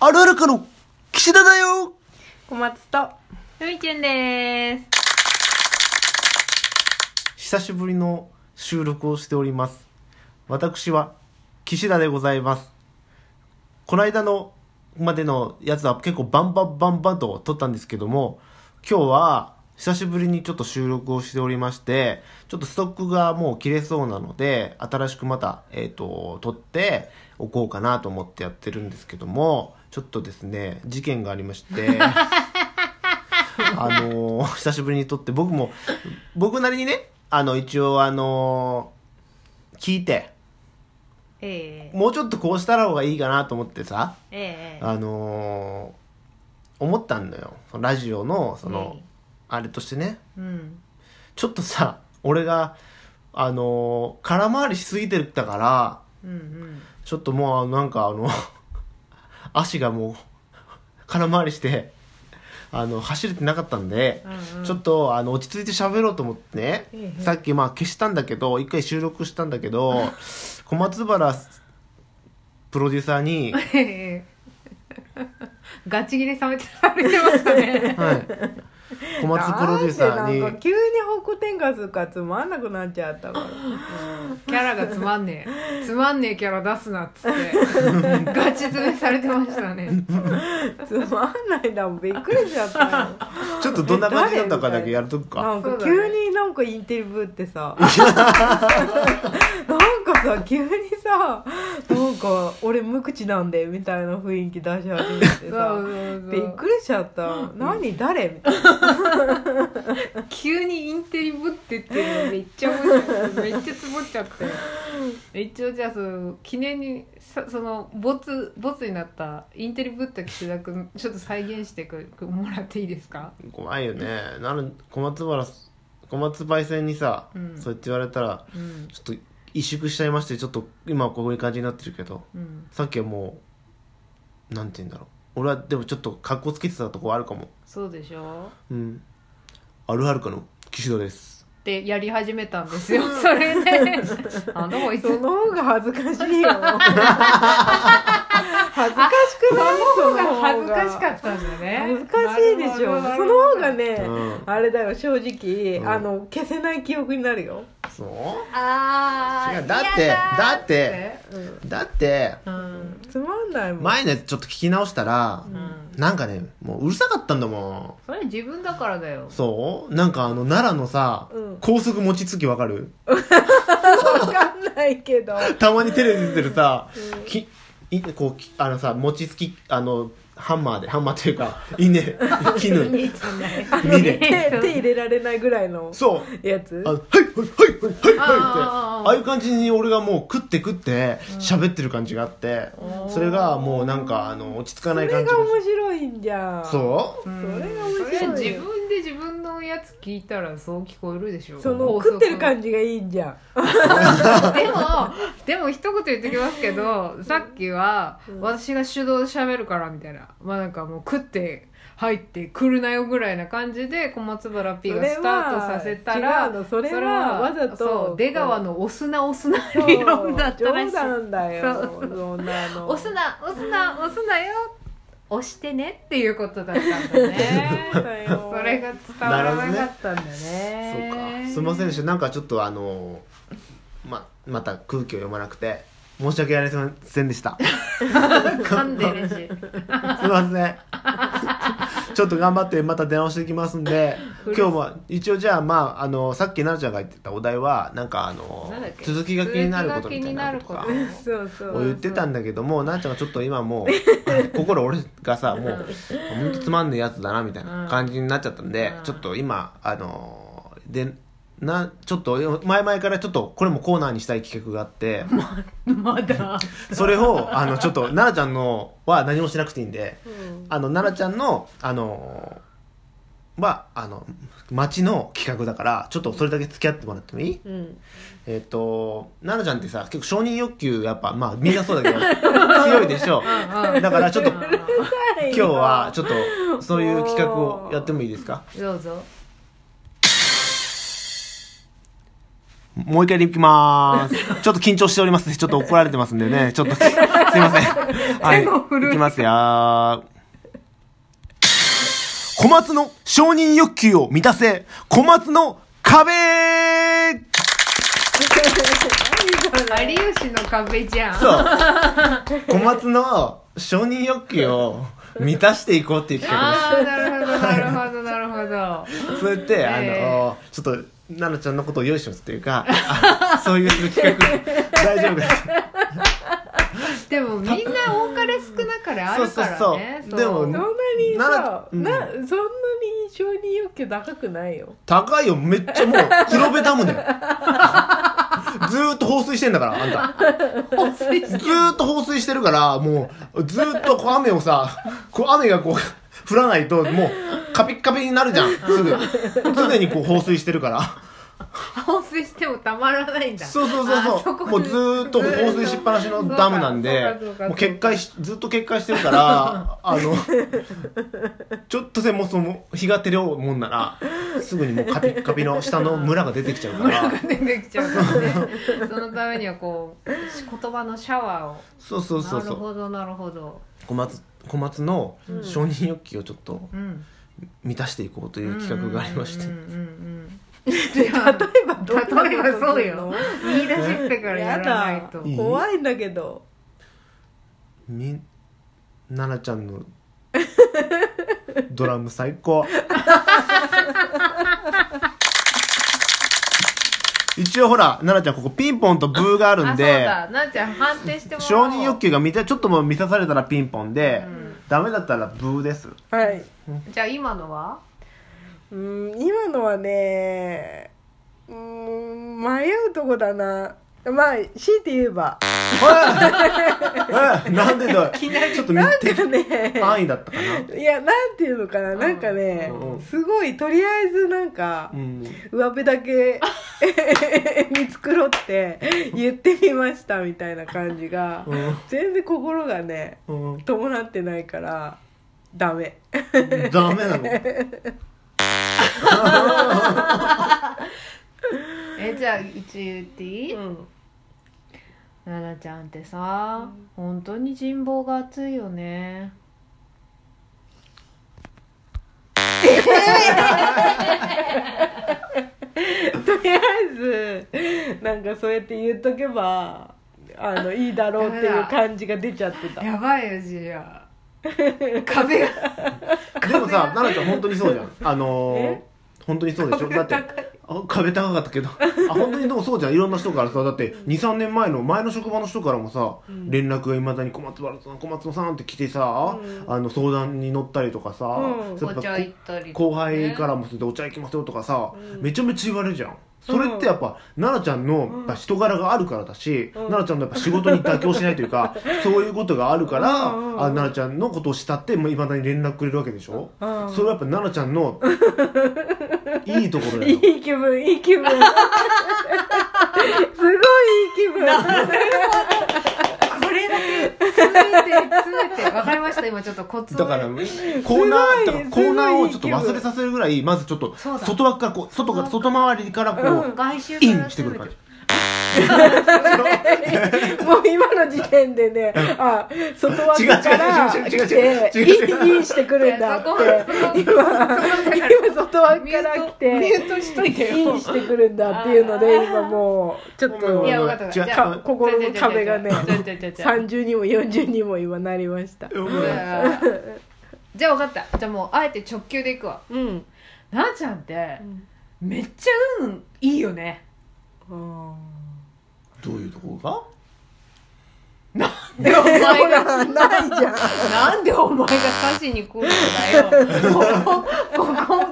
あるあるかの岸田だよ小松とふみちゅんです久しぶりの収録をしております。私は岸田でございます。この間のまでのやつは結構バンバンバンバンと撮ったんですけども、今日は久しぶりにちょっと収録をしておりまして、ちょっとストックがもう切れそうなので、新しくまた、えっ、と、撮っておこうかなと思ってやってるんですけども、ちょっとですね、事件がありまして、あの ー久しぶりに撮って、僕も、僕なりにね、あの、一応あのー聞いて、ええもうちょっとこうしたら方がいいかなと思ってさ、ええあのー思ったんだよ。そのラジオの、その、ええあれとしてね、うんちょっとさ、俺が、あのー空回りしすぎてたから、うんうん ちょっともうなんかあの、 足がもう、空回りして、あの、走れてなかったんで、うんうんちょっとあの落ち着いて喋ろうと思ってね、ええ、さっきまあ消したんだけど一回収録したんだけど小松原プロデューサーにええガチ切れされてられてました ねはい、小松プロデューサなんーかに急に方向転換するからつまんなくなっちゃったからキャラがつまんねえつまんねえキャラ出すなっつって ガチ詰めされてましたねつまんないだもんびっくりしちゃったよちょっとどんな感じだったかだけやるとくかなんかそうだ急ねになんかインテリブってさ なんかさ急にさなんか俺無口なんでみたいな雰囲気出し始めてそうさそうびそっうくりしちゃった何誰みたいな急にインテリぶってっていうのめっちゃ面白いめっちゃつぼっちゃって一応じゃあその記念にさそのボツボツになったインテリぶった岸田君ちょっと再現してくもらっていいですか怖いよねなの小松原小松焙煎にさ、うんそうやって言われたらうんちょっと萎縮しちゃいましてちょっと今はこういう感じになってるけどうんさっきはもうなんて言うんだろう俺はでもちょっと格好つけてたとこあるかもそうでしょうん。あるはるかの岸田です。ってやり始めたんですよそれ であのいつその方が恥ずかしいよ恥ずかしくそのない方が恥ずかしかたったんだね恥ずかしいでしょその方がね、うんあれだよ正直、うんあの消せない記憶になるよ、そうああ違うだってだってうん、だって、うんつまんないもん前のやつちょっと聞き直したら、うんなんかね、もううるさかったんだもそれ自分だからだよん。そうなんかあの、奈良のさ、うん高速餅つきわかるわかんないけどたまにテレビ出てるさ、きいこうきあのさ、餅つき、あの、ハンマーで、ハンマーっていうか、 稲、絹。見ね手手入れられないぐらいのそう。やつあのはいはいはいはいはいはいってああーあいう感じに俺がもう食って食って喋ってる感じがあってうんそれがもうなんかあの落ち着かそないれが感面じが白いんじゃんそううんそれが面白いよそれ自分で自分のやつ聞いたらそう聞こえるでしょその食ってる感じじがいいんじゃんでもでも一言言ってきますけどさっきは、私が手動で喋るからみたいなまあなんかもう食って入ってくるなよぐらいな感じで小松原 P がスタートさせたら違うのそれはわざとそう出川のお砂お砂そう理論だったらし冗い談だよそそんなの押すな押すな押すなよ押してねっていうことだったんだ ねそうだよそれが伝わらなかったんだそうねかすいませんでしたなんかちょっとあのままた空気を読まなくて申し訳ありませんでした噛んでるし すいません ちょっと頑張ってまた出直していきますん で今日も一応じゃあまああのさっき奈々ちゃんが言ってたお題はなんかあのなんだっけ続きが気になることみたいなこと続きがか気になるこそうそうを言ってたんだけどもなーちゃんがちょっと今も う心俺がさもうほんとつまんねえやつだなみたいな感じになっちゃったんで、うんちょっと今あのーでなちょっと前々からちょっとこれもコーナーにしたい企画があってとまだそれをあのちょっと奈々ちゃんのは何もしなくていいんでうんあの奈々ちゃんのあのーはあの街の企画だからちょっとそれだけ付き合ってもらってもいいうんえっ、と、奈々ちゃんってさ、結構承認欲求、やっぱ、まあ、みんなそうだけど、強いでしょ。うんうんだからちょっ と、うん今今日は、ちょっと、そういう企画をやってもいいですかどうぞもう一回で行きまー す。ちょっと緊張しておりますね。ちょっと怒られてますんでね。ちょっと、すいません。はい。手の震え行きますよー。小松の承認欲求を満たせ。小松の壁有吉の壁じゃん。 そう。小松の承認欲求を満たしていこうって言ってるんです。ああ、なるほど、なるほど、なるほど。そうやって、あのえちょっと奈々ちゃんのことをよいしょっていうかあそういう企画 大丈夫ですでも、みんな多かれ少なかれあるからね。そうそうそうそんでなもになさ、うんなそんなに承認欲求高くないよ高いよめっちゃもう黒部ダムね ずーっと放水してんだからあんた放水ずーっと放水してるからもうずーっとこう雨をさこう雨がこう降らないともうカピッカピになるじゃんすぐ常にこう放水してるから放水してもたまらないんだ。そうそうそうそうあこもうずーっと放水しっぱなしのダムなんでそうかそうかそうかもう決壊しずっと決壊してるからあのちょっとでもその日が照りょうもんならすぐにもうカピッカピの下の村が出てきちゃうから 出てきちゃうからね。そのためにはこう言葉のシャワーを。そうそうそうなるそうほどなるほど。小松小松のうん承認欲求をちょっとうん。満たしていこうという企画がありましてうんうん うんうん。例えばどんなこと例えばそうするよの。言い出しっぺからややらないだと。いい怖いんだけどみ奈々ちゃんのドラム最 高一応ほら奈々ちゃんここピンポンとブーがあるんあそうでだ。なんちゃん判定してもら承おう。認欲求が満たちょっともう満たされたらピンポンで、うんダメだったらブー ですはいじゃあ今のは？うん今のはねうん迷うとこだなまあ強いて言えば えなんでだちょっと見てね安易だったかないやなんていうのかななんかねうんすごいとりあえずなんかうん上辺だけ 見繕って言ってみましたみたいな感じがうん全然心がねうん伴ってないからダメ ダメなのえじゃあうち言っていい？うん奈々ちゃんってさ、本当に人望が厚いよね。とりあえずなんかそうやって言っとけばあのいいだろうっていう感じが出ちゃってたやばいよじゃあ。壁がでもさ奈々ちゃん本当にそうじゃんあのー本当にそうでしょだってあ壁高かったけどあ本当にでもそうじゃんいろんな人からさだって23年前の前の職場の人からもさ、うん連絡がいまだに小松原さん小松野さんって来てさ、うんあの相談に乗ったりとかさ、うんそうやっぱお茶行ったりとかね後輩からもそれでお茶行きますよとかさ、うんめちゃめちゃ言われるじゃんそれってやっぱ奈々ちゃんのやっぱ人柄があるからだし、うん奈々ちゃんのやっぱ仕事に妥協しないという かそういうことがあるから、うんうんうんあ奈々ちゃんのことを慕っていまだに連絡くれるわけでしょ、うんそれはやっぱ奈々ちゃん のいいところだよいい気分いい気分すごいいい気分これだけ詰めて詰めてわかりました今ちょっとコツをだからコーナーすごいだからコーナーをちょっとすごいいい気分忘れさせるぐらいまずちょっとそうだ外枠からこう外から外回りからこう、うん外周イからンしてくる感じもう今の時点でね、あ、外枠から違う違う違う違う来違う違う違て、う違ういいいいしてくるんだってそこそこ、今、今外枠から来ミュて、ートしといていいしてくるんだっていうのあで、ー今もう、ちょっごめんごめいんやと、わかった違うじゃあか心の壁がねじゃあじゃあじゃあじゃあじゃあ30にも40にも今なりました。じゃあじゃあ分かったじゃあもうあえて直球でいくわうん。なあちゃんってめっちゃ運いいよね どういうところでお前ほがら、ないじゃん。なんでお前が刺しに来るんだよ。ここ、ここ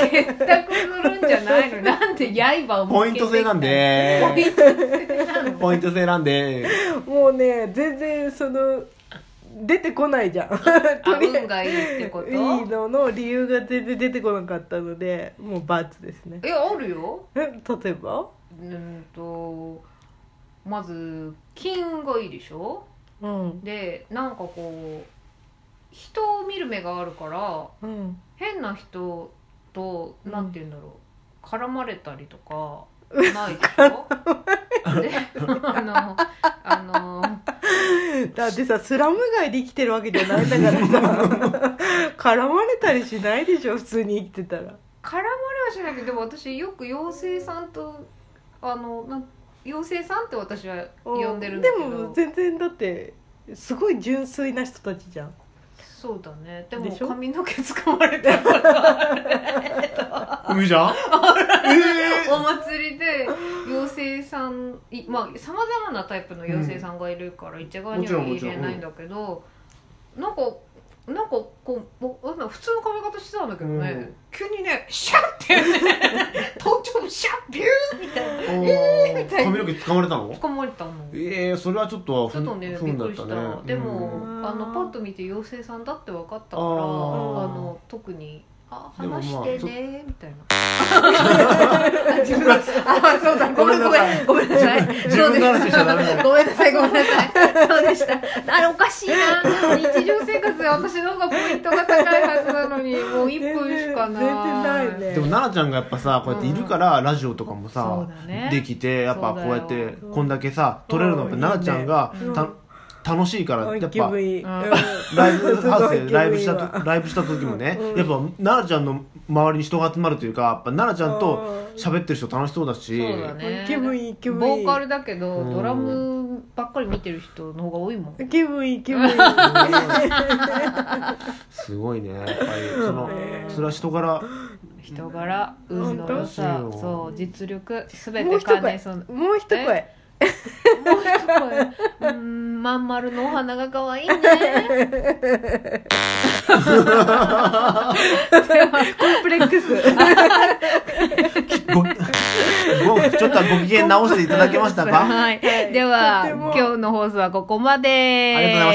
で結託するんじゃないの。なんで刃がを向ポけインてト制なんポイでントポイント制なんでもうね、全然その、出てこないじゃん。とりあえ運がいいってことず、いいのの理由が全然出てこなかったので、もう×ですね。いや、あるよ。え例えばうんと、まず、金運がいいでしょうんで、なんかこう、人を見る目があるから、うん変な人と、なんて言うんだろう。絡まれたりとかないでしょであのあのだってさスラム街で生きてるわけじゃないんだか らさ絡まれたりしないでしょ普通に生きてたら絡まれはしないけどでも私よく妖精さんとあのなん妖精さんって私は呼んでるんだけでもど全然だってすごい純粋な人たちじゃんそうだねででもしょ髪の毛掴まれたから海じゃんえお祭りで妖精さんいまあさまざまなタイプの妖精さんがいるから一概には言えないんだけど、なんかなんかこうぼあ普通の髪型してたんだけどね、うん急にねシャッてね 頭頂シャッビューみたいなーえーみたいな髪の毛掴まれたの掴まれたの。ええそれはちょっとちょっとね不びっ運だくっりしたた、ねでも、うんあのパッと見て妖精さんだって分かったからああーの特に「あでもまあ話してね」みたいな あ自分ああそうだごめんごめんごめんなさい自分の話しちゃダメだねごめんなさいごめんなさいそうでしたあれおかしいな日常生活で私の方がポイントが高いはずなのにもう一分しかない全然ないねでも奈々ちゃんがやっぱさこうやっているからラジオとかもそさうだねできてやっぱそうこだうよやってこんだけさ撮れるのってうん奈々ちゃんがいいねた楽しいからやっ気ぱ分いい、うんライ ブハウス すごい気分いいでわライブしたとライブした時もねうんやっぱ奈々ちゃんの周りに人が集まるというかやっぱ奈々ちゃんとうん喋ってる人楽しそうだしそうだね気分いい気分いボーいカルだけどうんドラムばっかり見てる人の方が多いもん気分いい気分いいすごいねやっぱりそのねそれは人柄人柄運の良さ本当そう実力すべもうて一兼声ね 備もう一声えもう一声 うーんまん丸のお花が可愛いねではコンプレックス ごごちょっとご機嫌直していただけましたかはいではとても今日の放送はここまでありがとうございました